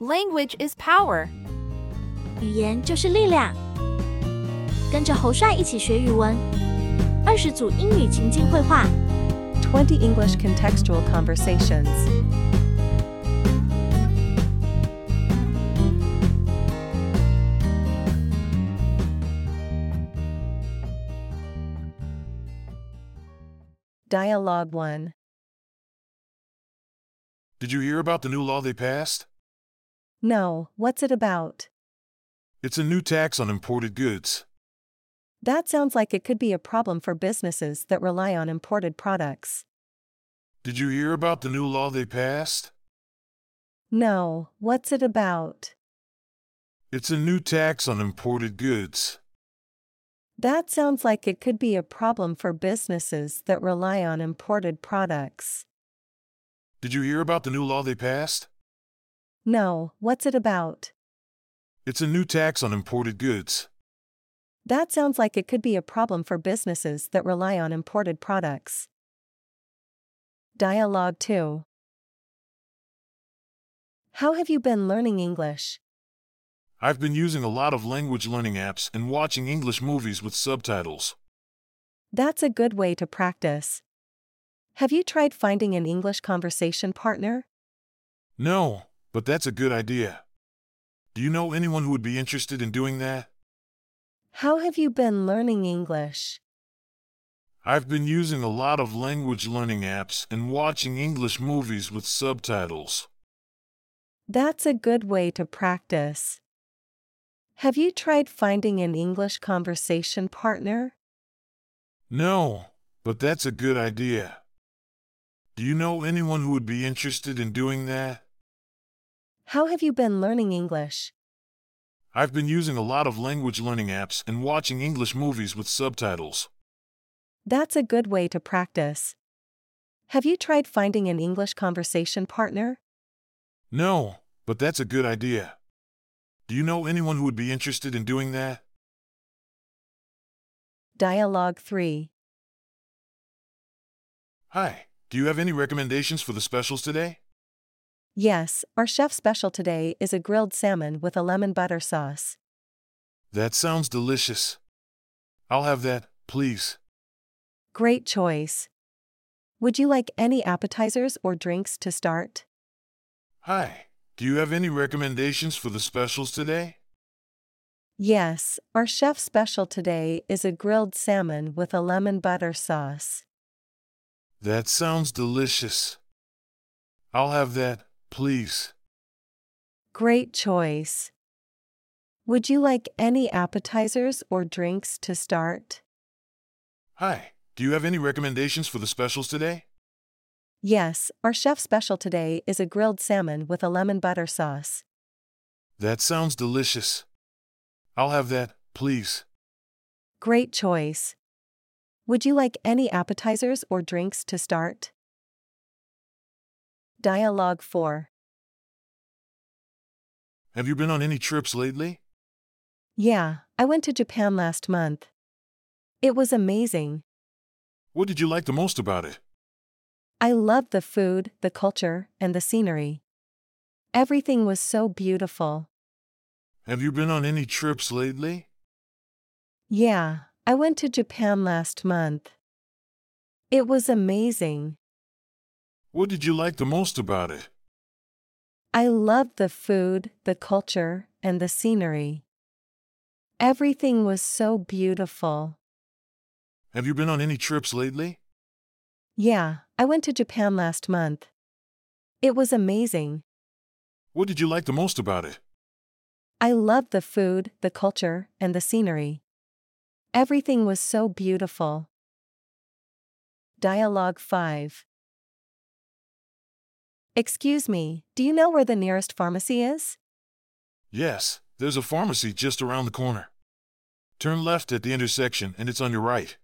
Language is power. 语言就是力量。跟着侯帅一起学语文，二十组英语情境绘画， 20 English contextual conversations. Dialogue 1. Did you hear about the new law they passed? No, what's it about? It's a new tax on imported goods. That sounds like it could be a problem for businesses that rely on imported products. Did you hear about the new law they passed? No, what's it about? It's a new tax on imported goods. That sounds like it could be a problem for businesses that rely on imported products. Did you hear about the new law they passed? No, what's it about? It's a new tax on imported goods. That sounds like it could be a problem for businesses that rely on imported products. Dialogue 2 How have you been learning English? I've been using a lot of language learning apps and watching English movies with subtitles. That's a good way to practice. Have you tried finding an English conversation partner? No, but that's a good idea. Do you know anyone who would be interested in doing that? How have you been learning English? I've been using a lot of language learning apps and watching English movies with subtitles. That's a good way to practice. Have you tried finding an English conversation partner? No, but that's a good idea. Do you know anyone who would be interested in doing that? How have you been learning English? I've been using a lot of language learning apps and watching English movies with subtitles. That's a good way to practice. Have you tried finding an English conversation partner? No, but that's a good idea. Do you know anyone who would be interested in doing that? Dialogue 3 Hi, do you have any recommendations for the specials today? Yes, our chef special today is a grilled salmon with a lemon butter sauce. That sounds delicious. I'll have that, please. Great choice. Would you like any appetizers or drinks to start? Hi, do you have any recommendations for the specials today? Yes, our chef special today is a grilled salmon with a lemon butter sauce. That sounds delicious. I'll have that, please. Great choice. Would you like any appetizers or drinks to start? Hi, do you have any recommendations for the specials today? Yes, our chef special today is a grilled salmon with a lemon butter sauce. That sounds delicious. I'll have that, please. Great choice. Would you like any appetizers or drinks to start? Dialogue 4 Have you been on any trips lately? Yeah, I went to Japan last month. It was amazing. What did you like the most about it? I loved the food, the culture, and the scenery. Everything was so beautiful. Have you been on any trips lately? Yeah, I went to Japan last month. It was amazing. What did you like the most about it? I loved the food, the culture, and the scenery. Everything was so beautiful. Have you been on any trips lately? Yeah, I went to Japan last month. It was amazing. What did you like the most about it? I loved the food, the culture, and the scenery. Everything was so beautiful. Dialogue 5 Excuse me, do you know where the nearest pharmacy is? Yes, there's a pharmacy just around the corner. Turn left at the intersection and it's on your right.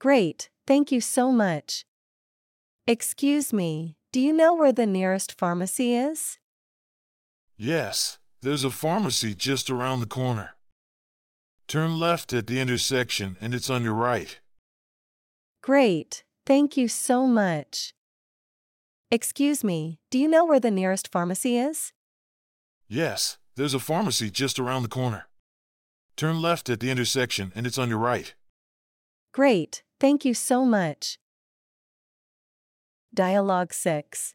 Great, thank you so much. Excuse me, do you know where the nearest pharmacy is? Yes, there's a pharmacy just around the corner. Turn left at the intersection and it's on your right. Great, thank you so much. Excuse me, do you know where the nearest pharmacy is? Yes, there's a pharmacy just around the corner. Turn left at the intersection and it's on your right. Great, thank you so much. Dialogue 6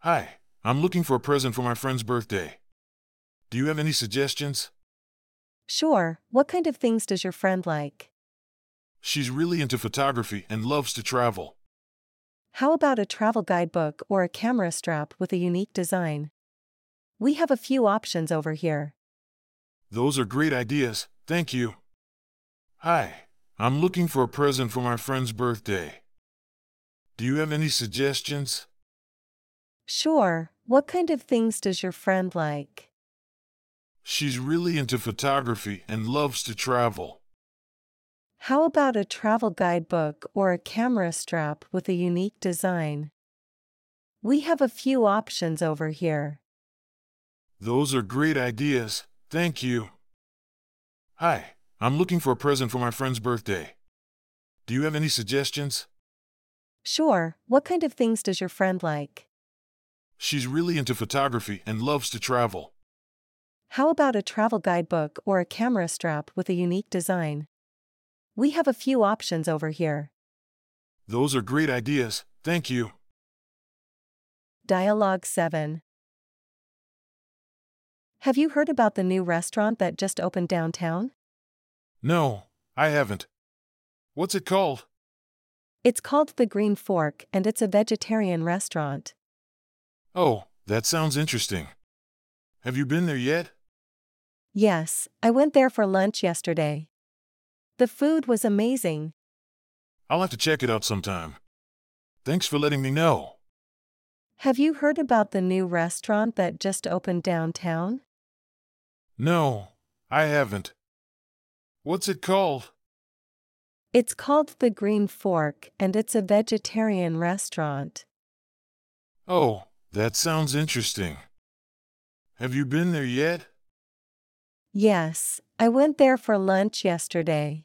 Hi, I'm looking for a present for my friend's birthday. Do you have any suggestions? Sure, what kind of things does your friend like? She's really into photography and loves to travel. How about a travel guidebook or a camera strap with a unique design? We have a few options over here. Those are great ideas, thank you. Hi, I'm looking for a present for my friend's birthday. Do you have any suggestions? Sure, what kind of things does your friend like? She's really into photography and loves to travel. How about a travel guidebook or a camera strap with a unique design? We have a few options over here. Those are great ideas, thank you. Hi, I'm looking for a present for my friend's birthday. Do you have any suggestions? Sure, what kind of things does your friend like? She's really into photography and loves to travel. How about a travel guidebook or a camera strap with a unique design? We have a few options over here. Those are great ideas, thank you. Dialogue 7 Have you heard about the new restaurant that just opened downtown? No, I haven't. What's it called? It's called the Green Fork and it's a vegetarian restaurant. Oh, that sounds interesting. Have you been there yet? Yes, I went there for lunch yesterday. The food was amazing. I'll have to check it out sometime. Thanks for letting me know. Have you heard about the new restaurant that just opened downtown? No, I haven't. What's it called? It's called the Green Fork and it's a vegetarian restaurant. Oh, that sounds interesting. Have you been there yet? Yes, I went there for lunch yesterday.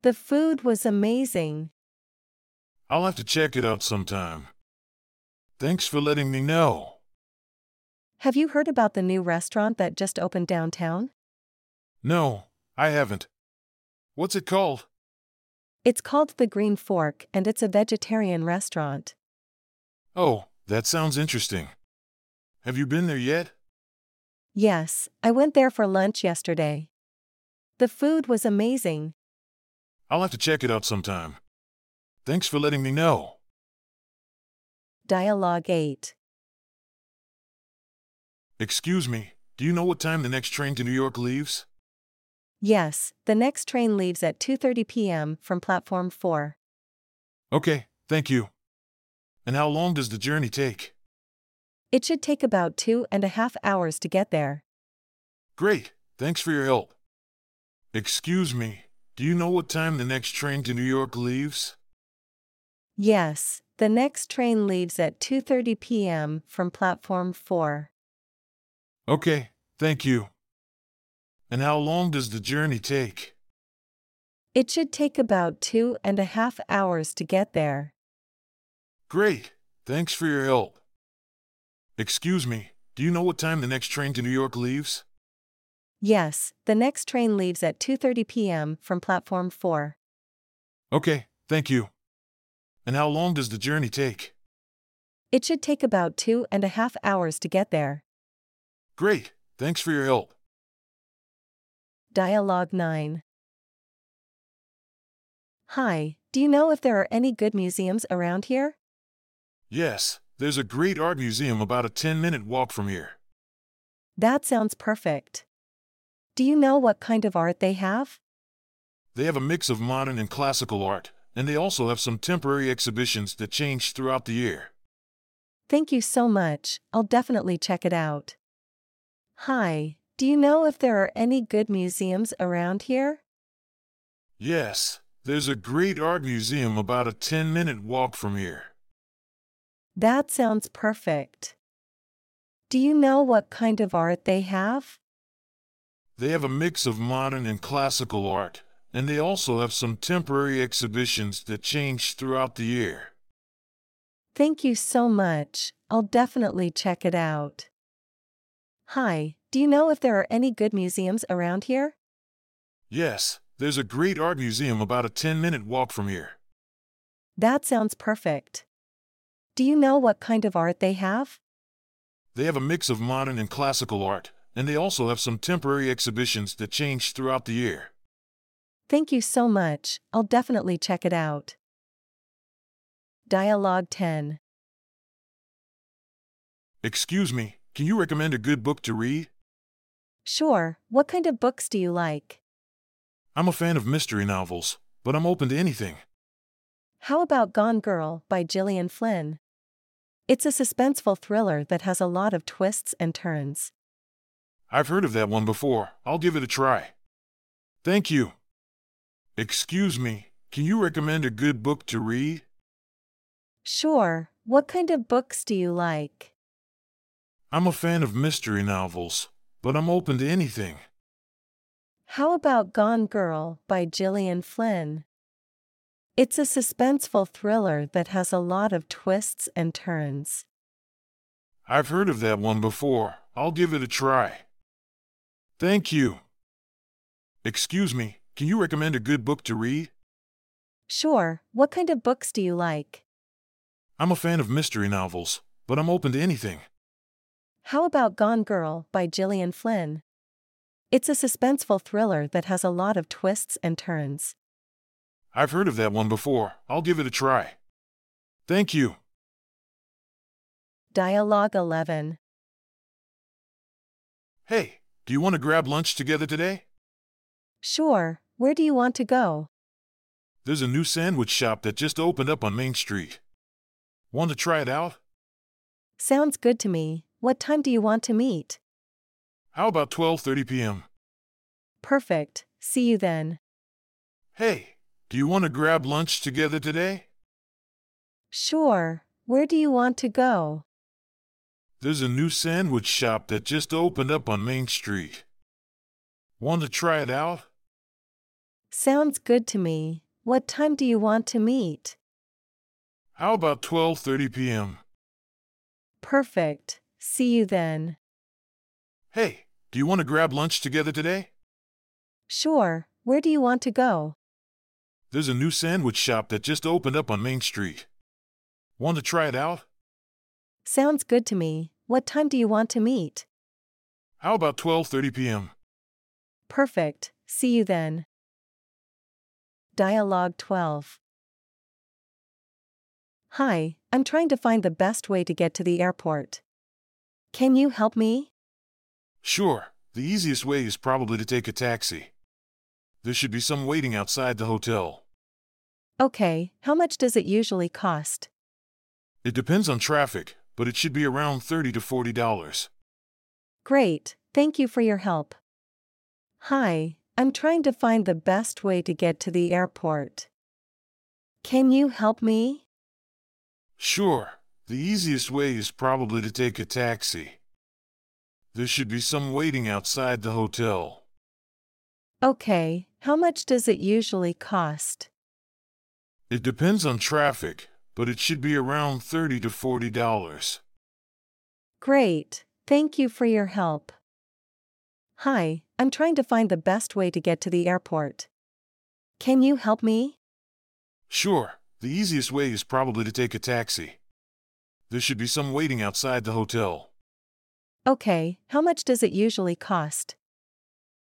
The food was amazing. I'll have to check it out sometime. Thanks for letting me know. Have you heard about the new restaurant that just opened downtown? No, I haven't. What's it called? It's called the Green Fork and it's a vegetarian restaurant. Oh, that sounds interesting. Have you been there yet? Yes, I went there for lunch yesterday. The food was amazing. I'll have to check it out sometime. Thanks for letting me know. Dialogue 8 Excuse me, do you know what time the next train to New York leaves? Yes, the next train leaves at 2:30 p.m. from platform 4. Okay, thank you. And how long does the journey take? It should take about two and a half hours to get there. Great, thanks for your help. Excuse me, do you know what time the next train to New York leaves? Yes, the next train leaves at 2:30 p.m. from platform 4. Okay, thank you. And how long does the journey take? It should take about two and a half hours to get there. Great, thanks for your help. Excuse me, do you know what time the next train to New York leaves? Yes, the next train leaves at 2:30 p.m. from platform 4. Okay, thank you. And how long does the journey take? It should take about two and a half hours to get there. Great, thanks for your help. Dialogue 9. Hi, do you know if there are any good museums around here? Yes, there's a great art museum about a 10 minute walk from here. That sounds perfect. Do you know what kind of art they have? They have a mix of modern and classical art, and they also have some temporary exhibitions that change throughout the year. Thank you so much, I'll definitely check it out. Hi, do you know if there are any good museums around here? Yes, there's a great art museum about a 10 minute walk from here. That sounds perfect. Do you know what kind of art they have? They have a mix of modern and classical art, and they also have some temporary exhibitions that change throughout the year. Thank you so much, I'll definitely check it out. Hi, do you know if there are any good museums around here? Yes, there's a great art museum about a 10 minute walk from here. That sounds perfect. Do you know what kind of art they have? They have a mix of modern and classical art, and they also have some temporary exhibitions that change throughout the year. Thank you so much, I'll definitely check it out. Dialogue 10 Excuse me, can you recommend a good book to read? Sure, what kind of books do you like? I'm a fan of mystery novels, but I'm open to anything. How about Gone Girl by Gillian Flynn? It's a suspenseful thriller that has a lot of twists and turns. I've heard of that one before. I'll give it a try. Thank you. Excuse me, can you recommend a good book to read? Sure, what kind of books do you like? I'm a fan of mystery novels, but I'm open to anything. How about Gone Girl by Gillian Flynn? It's a suspenseful thriller that has a lot of twists and turns. I've heard of that one before. I'll give it a try. Thank you. Excuse me, can you recommend a good book to read? Sure, what kind of books do you like? I'm a fan of mystery novels, but I'm open to anything. How about Gone Girl by Gillian Flynn? It's a suspenseful thriller that has a lot of twists and turns. I've heard of that one before. I'll give it a try. Thank you. Dialogue 11 Hey, do you want to grab lunch together today? Sure, where do you want to go? There's a new sandwich shop that just opened up on Main Street. Want to try it out? Sounds good to me. What time do you want to meet? How about 12:30 p.m.? Perfect, see you then. Hey, do you want to grab lunch together today? Sure, where do you want to go? There's a new sandwich shop that just opened up on Main Street. Want to try it out? Sounds good to me. What time do you want to meet? How about 12:30 p.m.? Perfect, see you then. Hey, do you want to grab lunch together today? Sure, where do you want to go? There's a new sandwich shop that just opened up on Main Street. Want to try it out? Sounds good to me. What time do you want to meet? How about 12:30 p.m.? Perfect, see you then. Dialogue 12 Hi, I'm trying to find the best way to get to the airport. Can you help me? Sure. The easiest way is probably to take a taxi. There should be some waiting outside the hotel. Okay, how much does it usually cost? It depends on traffic, but it should be around 30 to 40 dollars. Great, thank you for your help. Hi, I'm trying to find the best way to get to the airport. Can you help me? Sure. The easiest way is probably to take a taxi. There should be some waiting outside the hotel. Okay, how much does it usually cost? It depends on traffic, but it should be around 30 to 40 dollars. Great, thank you for your help. Hi, I'm trying to find the best way to get to the airport. Can you help me? Sure. The easiest way is probably to take a taxi. There should be some waiting outside the hotel. Okay, how much does it usually cost?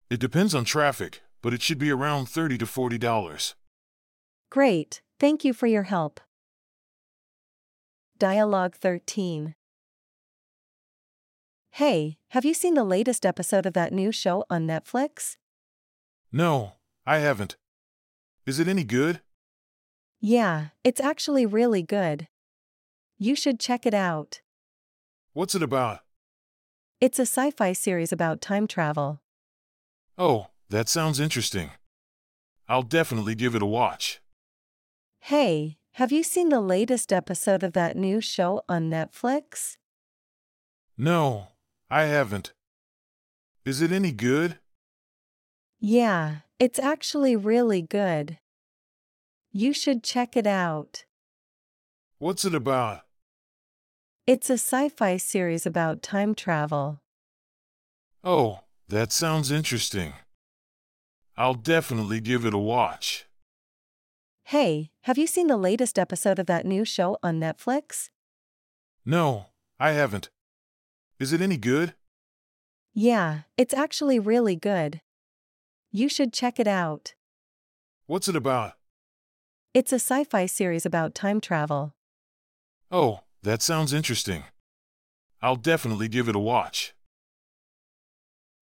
It depends on traffic, but it should be around 30 to 40 dollars. Great, thank you for your help. Dialogue 13 Hey, have you seen the latest episode of that new show on Netflix? No, I haven't. Is it any good? Yeah, it's actually really good. You should check it out. What's it about? It's a sci fi series about time travel. Oh, that sounds interesting. I'll definitely give it a watch. Hey, have you seen the latest episode of that new show on Netflix? No, I haven't. Is it any good? Yeah, it's actually really good. You should check it out. What's it about? It's a sci fi series about time travel. Oh, that sounds interesting. I'll definitely give it a watch. Hey, have you seen the latest episode of that new show on Netflix? No, I haven't. Is it any good? Yeah, it's actually really good. You should check it out. What's it about? It's a sci fi series about time travel. Oh, that sounds interesting. I'll definitely give it a watch.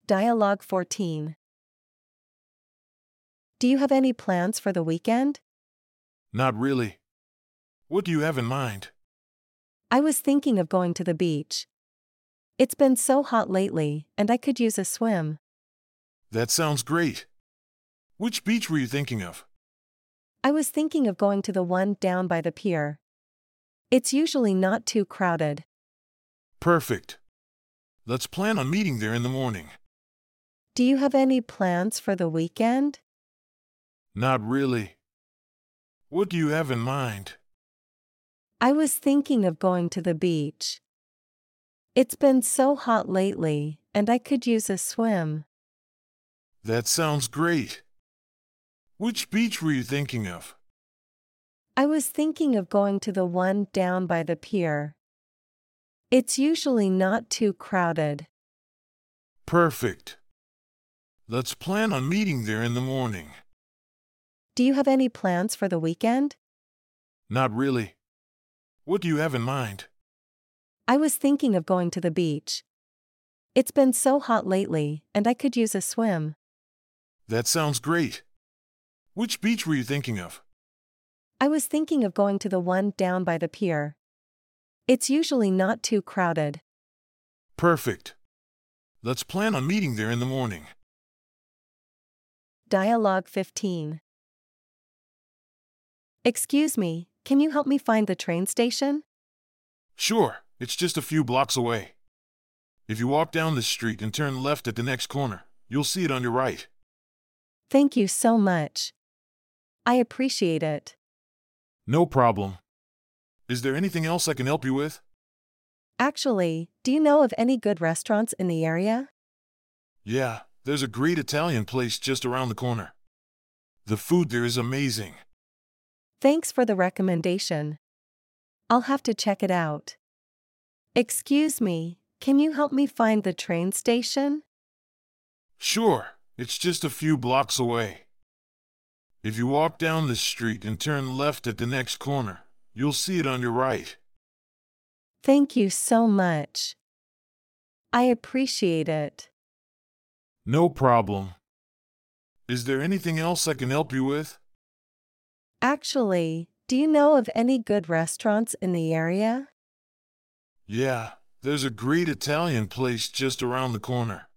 Dialogue 14. Do you have any plans for the weekend? Not really. What do you have in mind? I was thinking of going to the beach. It's been so hot lately, and I could use a swim. That sounds great. Which beach were you thinking of? I was thinking of going to the one down by the pier. It's usually not too crowded. Perfect. Let's plan on meeting there in the morning. Do you have any plans for the weekend? Not really. What do you have in mind? I was thinking of going to the beach. It's been so hot lately, and I could use a swim. That sounds great. Which beach were you thinking of? I was thinking of going to the one down by the pier. It's usually not too crowded. Perfect. Let's plan on meeting there in the morning. Do you have any plans for the weekend? Not really. What do you have in mind? I was thinking of going to the beach. It's been so hot lately, and I could use a swim. That sounds great. Which beach were you thinking of? I was thinking of going to the one down by the pier. It's usually not too crowded. Perfect. Let's plan on meeting there in the morning. Dialogue 15. Excuse me, can you help me find the train station? Sure, it's just a few blocks away. If you walk down this street and turn left at the next corner, you'll see it on your right. Thank you so much. I appreciate it. No problem. Is there anything else I can help you with? Actually, do you know of any good restaurants in the area? Yeah, there's a great Italian place just around the corner. The food there is amazing. Thanks for the recommendation. I'll have to check it out. Excuse me, can you help me find the train station? Sure, it's just a few blocks away. If you walk down this street and turn left at the next corner, you'll see it on your right. Thank you so much. I appreciate it. No problem. Is there anything else I can help you with? Actually, do you know of any good restaurants in the area? Yeah, there's a great Italian place just around the corner.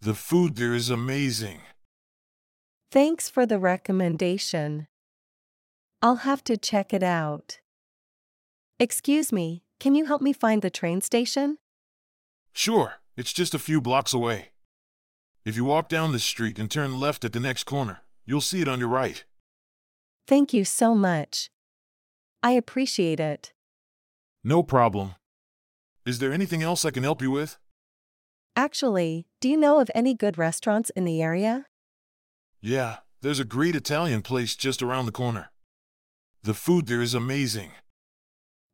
The food there is amazing. Thanks for the recommendation. I'll have to check it out. Excuse me, can you help me find the train station? Sure, it's just a few blocks away. If you walk down this street and turn left at the next corner, you'll see it on your right. Thank you so much. I appreciate it. No problem. Is there anything else I can help you with? Actually, do you know of any good restaurants in the area? Yeah, there's a great Italian place just around the corner. The food there is amazing.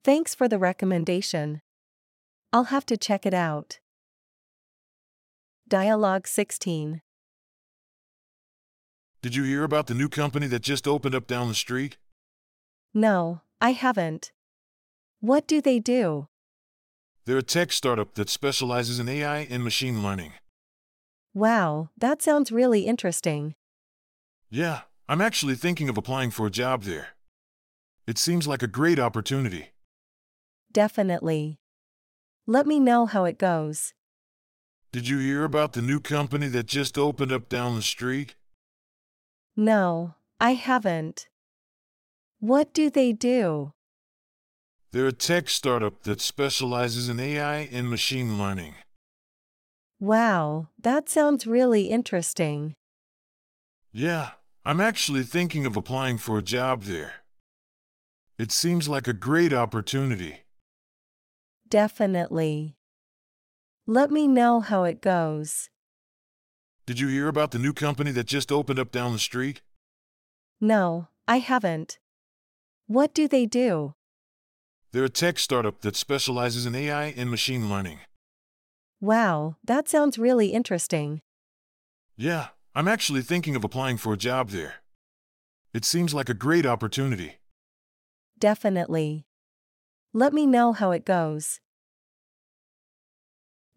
Thanks for the recommendation. I'll have to check it out. Dialogue 16. Did you hear about the new company that just opened up down the street? No, I haven't. What do they do? They're a tech startup that specializes in AI and machine learning. Wow, that sounds really interesting. Yeah, I'm actually thinking of applying for a job there. It seems like a great opportunity. Definitely. Let me know how it goes. Did you hear about the new company that just opened up down the street? No, I haven't. What do they do? They're a tech startup that specializes in AI and machine learning. Wow, that sounds really interesting. Yeah, I'm actually thinking of applying for a job there. It seems like a great opportunity. Definitely. Let me know how it goes. Did you hear about the new company that just opened up down the street? No, I haven't. What do they do? They're a tech startup that specializes in AI and machine learning. Wow, that sounds really interesting. Yeah, I'm actually thinking of applying for a job there. It seems like a great opportunity. Definitely. Let me know how it goes.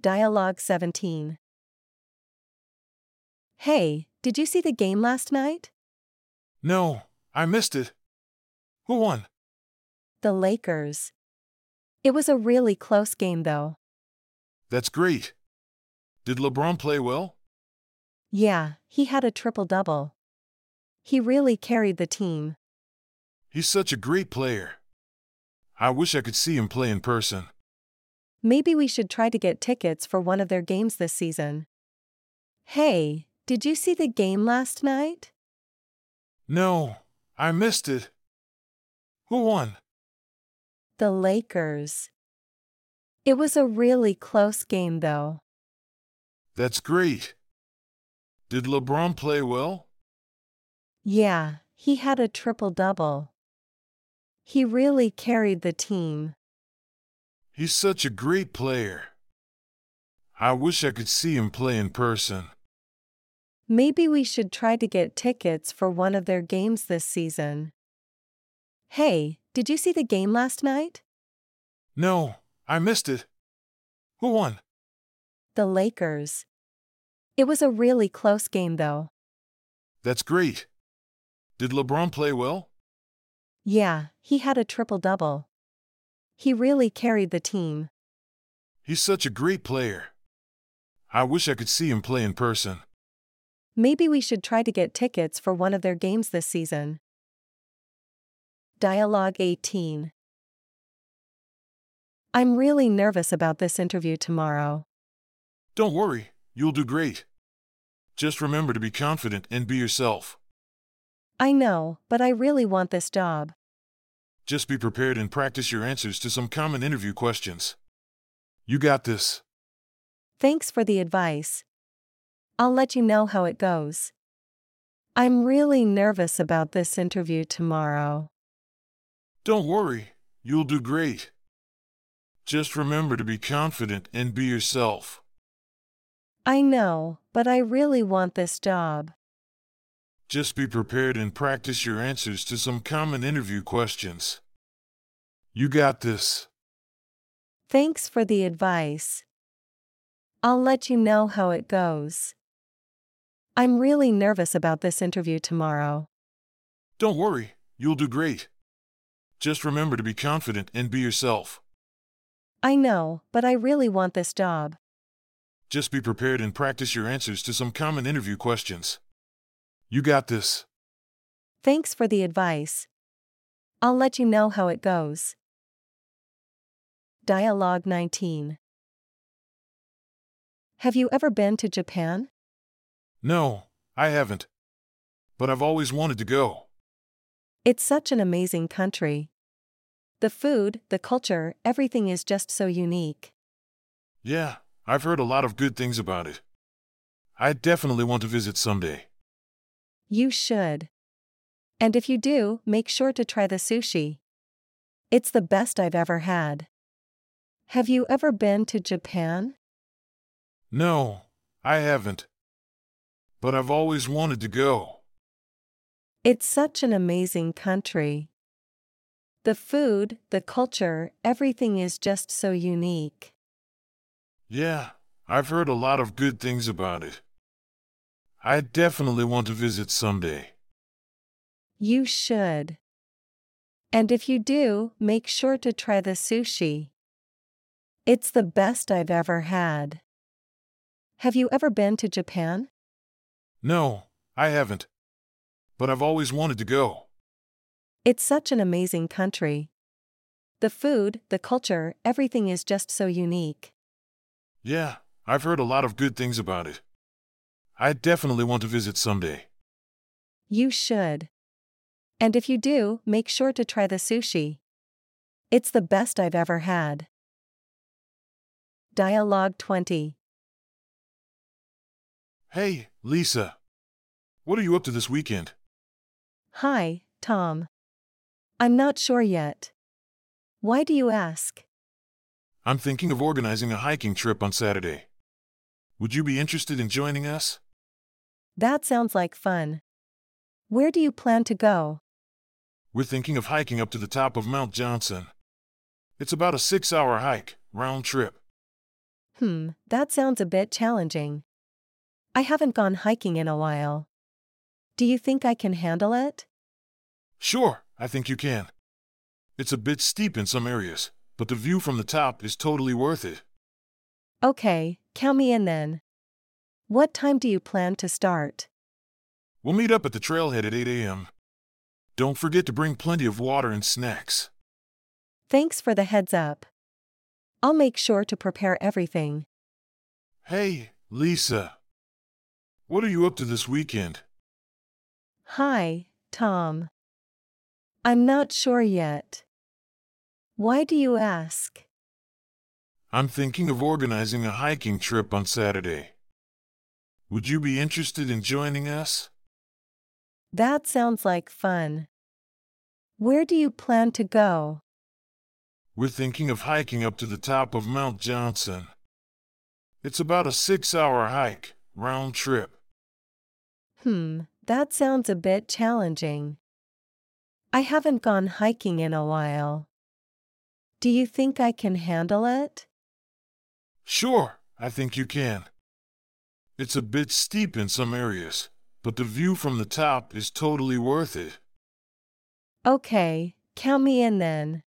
Dialogue 17. Hey, did you see the game last night? No, I missed it. Who won? The Lakers. It was a really close game, though. That's great. Did LeBron play well? Yeah, he had a triple double. He really carried the team. He's such a great player. I wish I could see him play in person. Maybe we should try to get tickets for one of their games this season. Hey, did you see the game last night? No, I missed it. Who won? The Lakers. It was a really close game, though. That's great. Did LeBron play well? Yeah, he had a triple double. He really carried the team. He's such a great player. I wish I could see him play in person. Maybe we should try to get tickets for one of their games this season. Hey, did you see the game last night? No, I missed it. Who won? The Lakers. It was a really close game, though. That's great. Did LeBron play well? Yeah, he had a triple double. He really carried the team. He's such a great player. I wish I could see him play in person. Maybe we should try to get tickets for one of their games this season. Dialogue 18 I'm really nervous about this interview tomorrow. Don't worry, you'll do great. Just remember to be confident and be yourself. I know, but I really want this job. Just be prepared and practice your answers to some common interview questions. You got this. Thanks for the advice. I'll let you know how it goes. I'm really nervous about this interview tomorrow. Don't worry, you'll do great. Just remember to be confident and be yourself. I know, but I really want this job. Just be prepared and practice your answers to some common interview questions. You got this. Thanks for the advice. I'll let you know how it goes. I'm really nervous about this interview tomorrow. Don't worry, you'll do great. Just remember to be confident and be yourself. I know, but I really want this job. Just be prepared and practice your answers to some common interview questions. You got this. Thanks for the advice. I'll let you know how it goes. Dialogue 19 Have you ever been to Japan? No, I haven't. But I've always wanted to go. It's such an amazing country. The food, the culture, everything is just so unique. Yeah, I've heard a lot of good things about it. I definitely want to visit someday. You should. And if you do, make sure to try the sushi. It's the best I've ever had. Have you ever been to Japan? No, I haven't. But I've always wanted to go. It's such an amazing country. The food, the culture, everything is just so unique. Yeah, I've heard a lot of good things about it. I definitely want to visit someday. You should. And if you do, make sure to try the sushi. It's the best I've ever had. Have you ever been to Japan? No, I haven't. But I've always wanted to go. It's such an amazing country. The food, the culture, everything is just so unique. Yeah, I've heard a lot of good things about it. I definitely want to visit someday. You should. And if you do, make sure to try the sushi. It's the best I've ever had. Dialogue 20. Hey, Lisa. What are you up to this weekend? Hi, Tom. I'm not sure yet. Why do you ask? I'm thinking of organizing a hiking trip on Saturday. Would you be interested in joining us? That sounds like fun. Where do you plan to go? We're thinking of hiking up to the top of Mount Johnson. It's about a six hour hike, round trip. Hmm, that sounds a bit challenging. I haven't gone hiking in a while. Do you think I can handle it? Sure, I think you can. It's a bit steep in some areas, but the view from the top is totally worth it. Okay, count me in then. What time do you plan to start? We'll meet up at the trailhead at 8 a.m. Don't forget to bring plenty of water and snacks. Thanks for the heads up. I'll make sure to prepare everything. Hey, Lisa. What are you up to this weekend? Hi, Tom. I'm not sure yet. Why do you ask? I'm thinking of organizing a hiking trip on Saturday. Would you be interested in joining us? That sounds like fun. Where do you plan to go? We're thinking of hiking up to the top of Mount Johnson. It's about a six hour hike, round trip. Hmm, that sounds a bit challenging. I haven't gone hiking in a while. Do you think I can handle it? Sure, I think you can. It's a bit steep in some areas, but the view from the top is totally worth it. Okay, count me in then.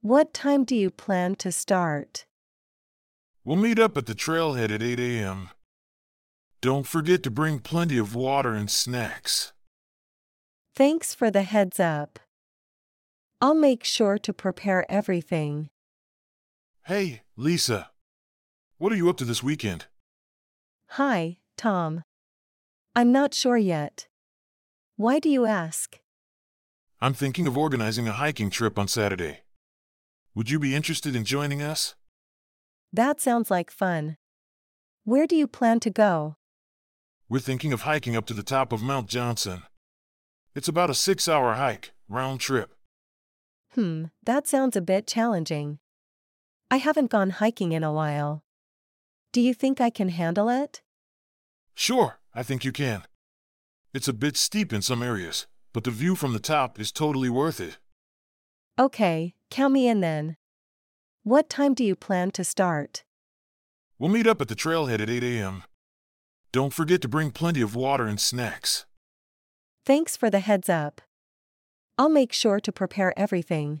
What time do you plan to start? We'll meet up at the trailhead at 8 a.m. Don't forget to bring plenty of water and snacks. Thanks for the heads up. I'll make sure to prepare everything. Hey, Lisa. What are you up to this weekend? Hi, Tom. I'm not sure yet. Why do you ask? I'm thinking of organizing a hiking trip on Saturday. Would you be interested in joining us? That sounds like fun. Where do you plan to go? We're thinking of hiking up to the top of Mount Johnson. It's about a six hour hike, round trip. Hmm, that sounds a bit challenging. I haven't gone hiking in a while. Do you think I can handle it? Sure, I think you can. It's a bit steep in some areas, but the view from the top is totally worth it. Okay, count me in then. What time do you plan to start? We'll meet up at the trailhead at 8 a.m. Don't forget to bring plenty of water and snacks. Thanks for the heads up. I'll make sure to prepare everything.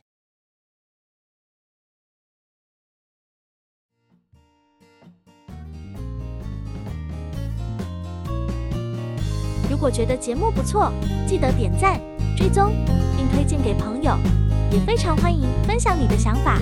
如果觉得节目不错，记得点赞、追踪并推荐给朋友，也非常欢迎分享你的想法。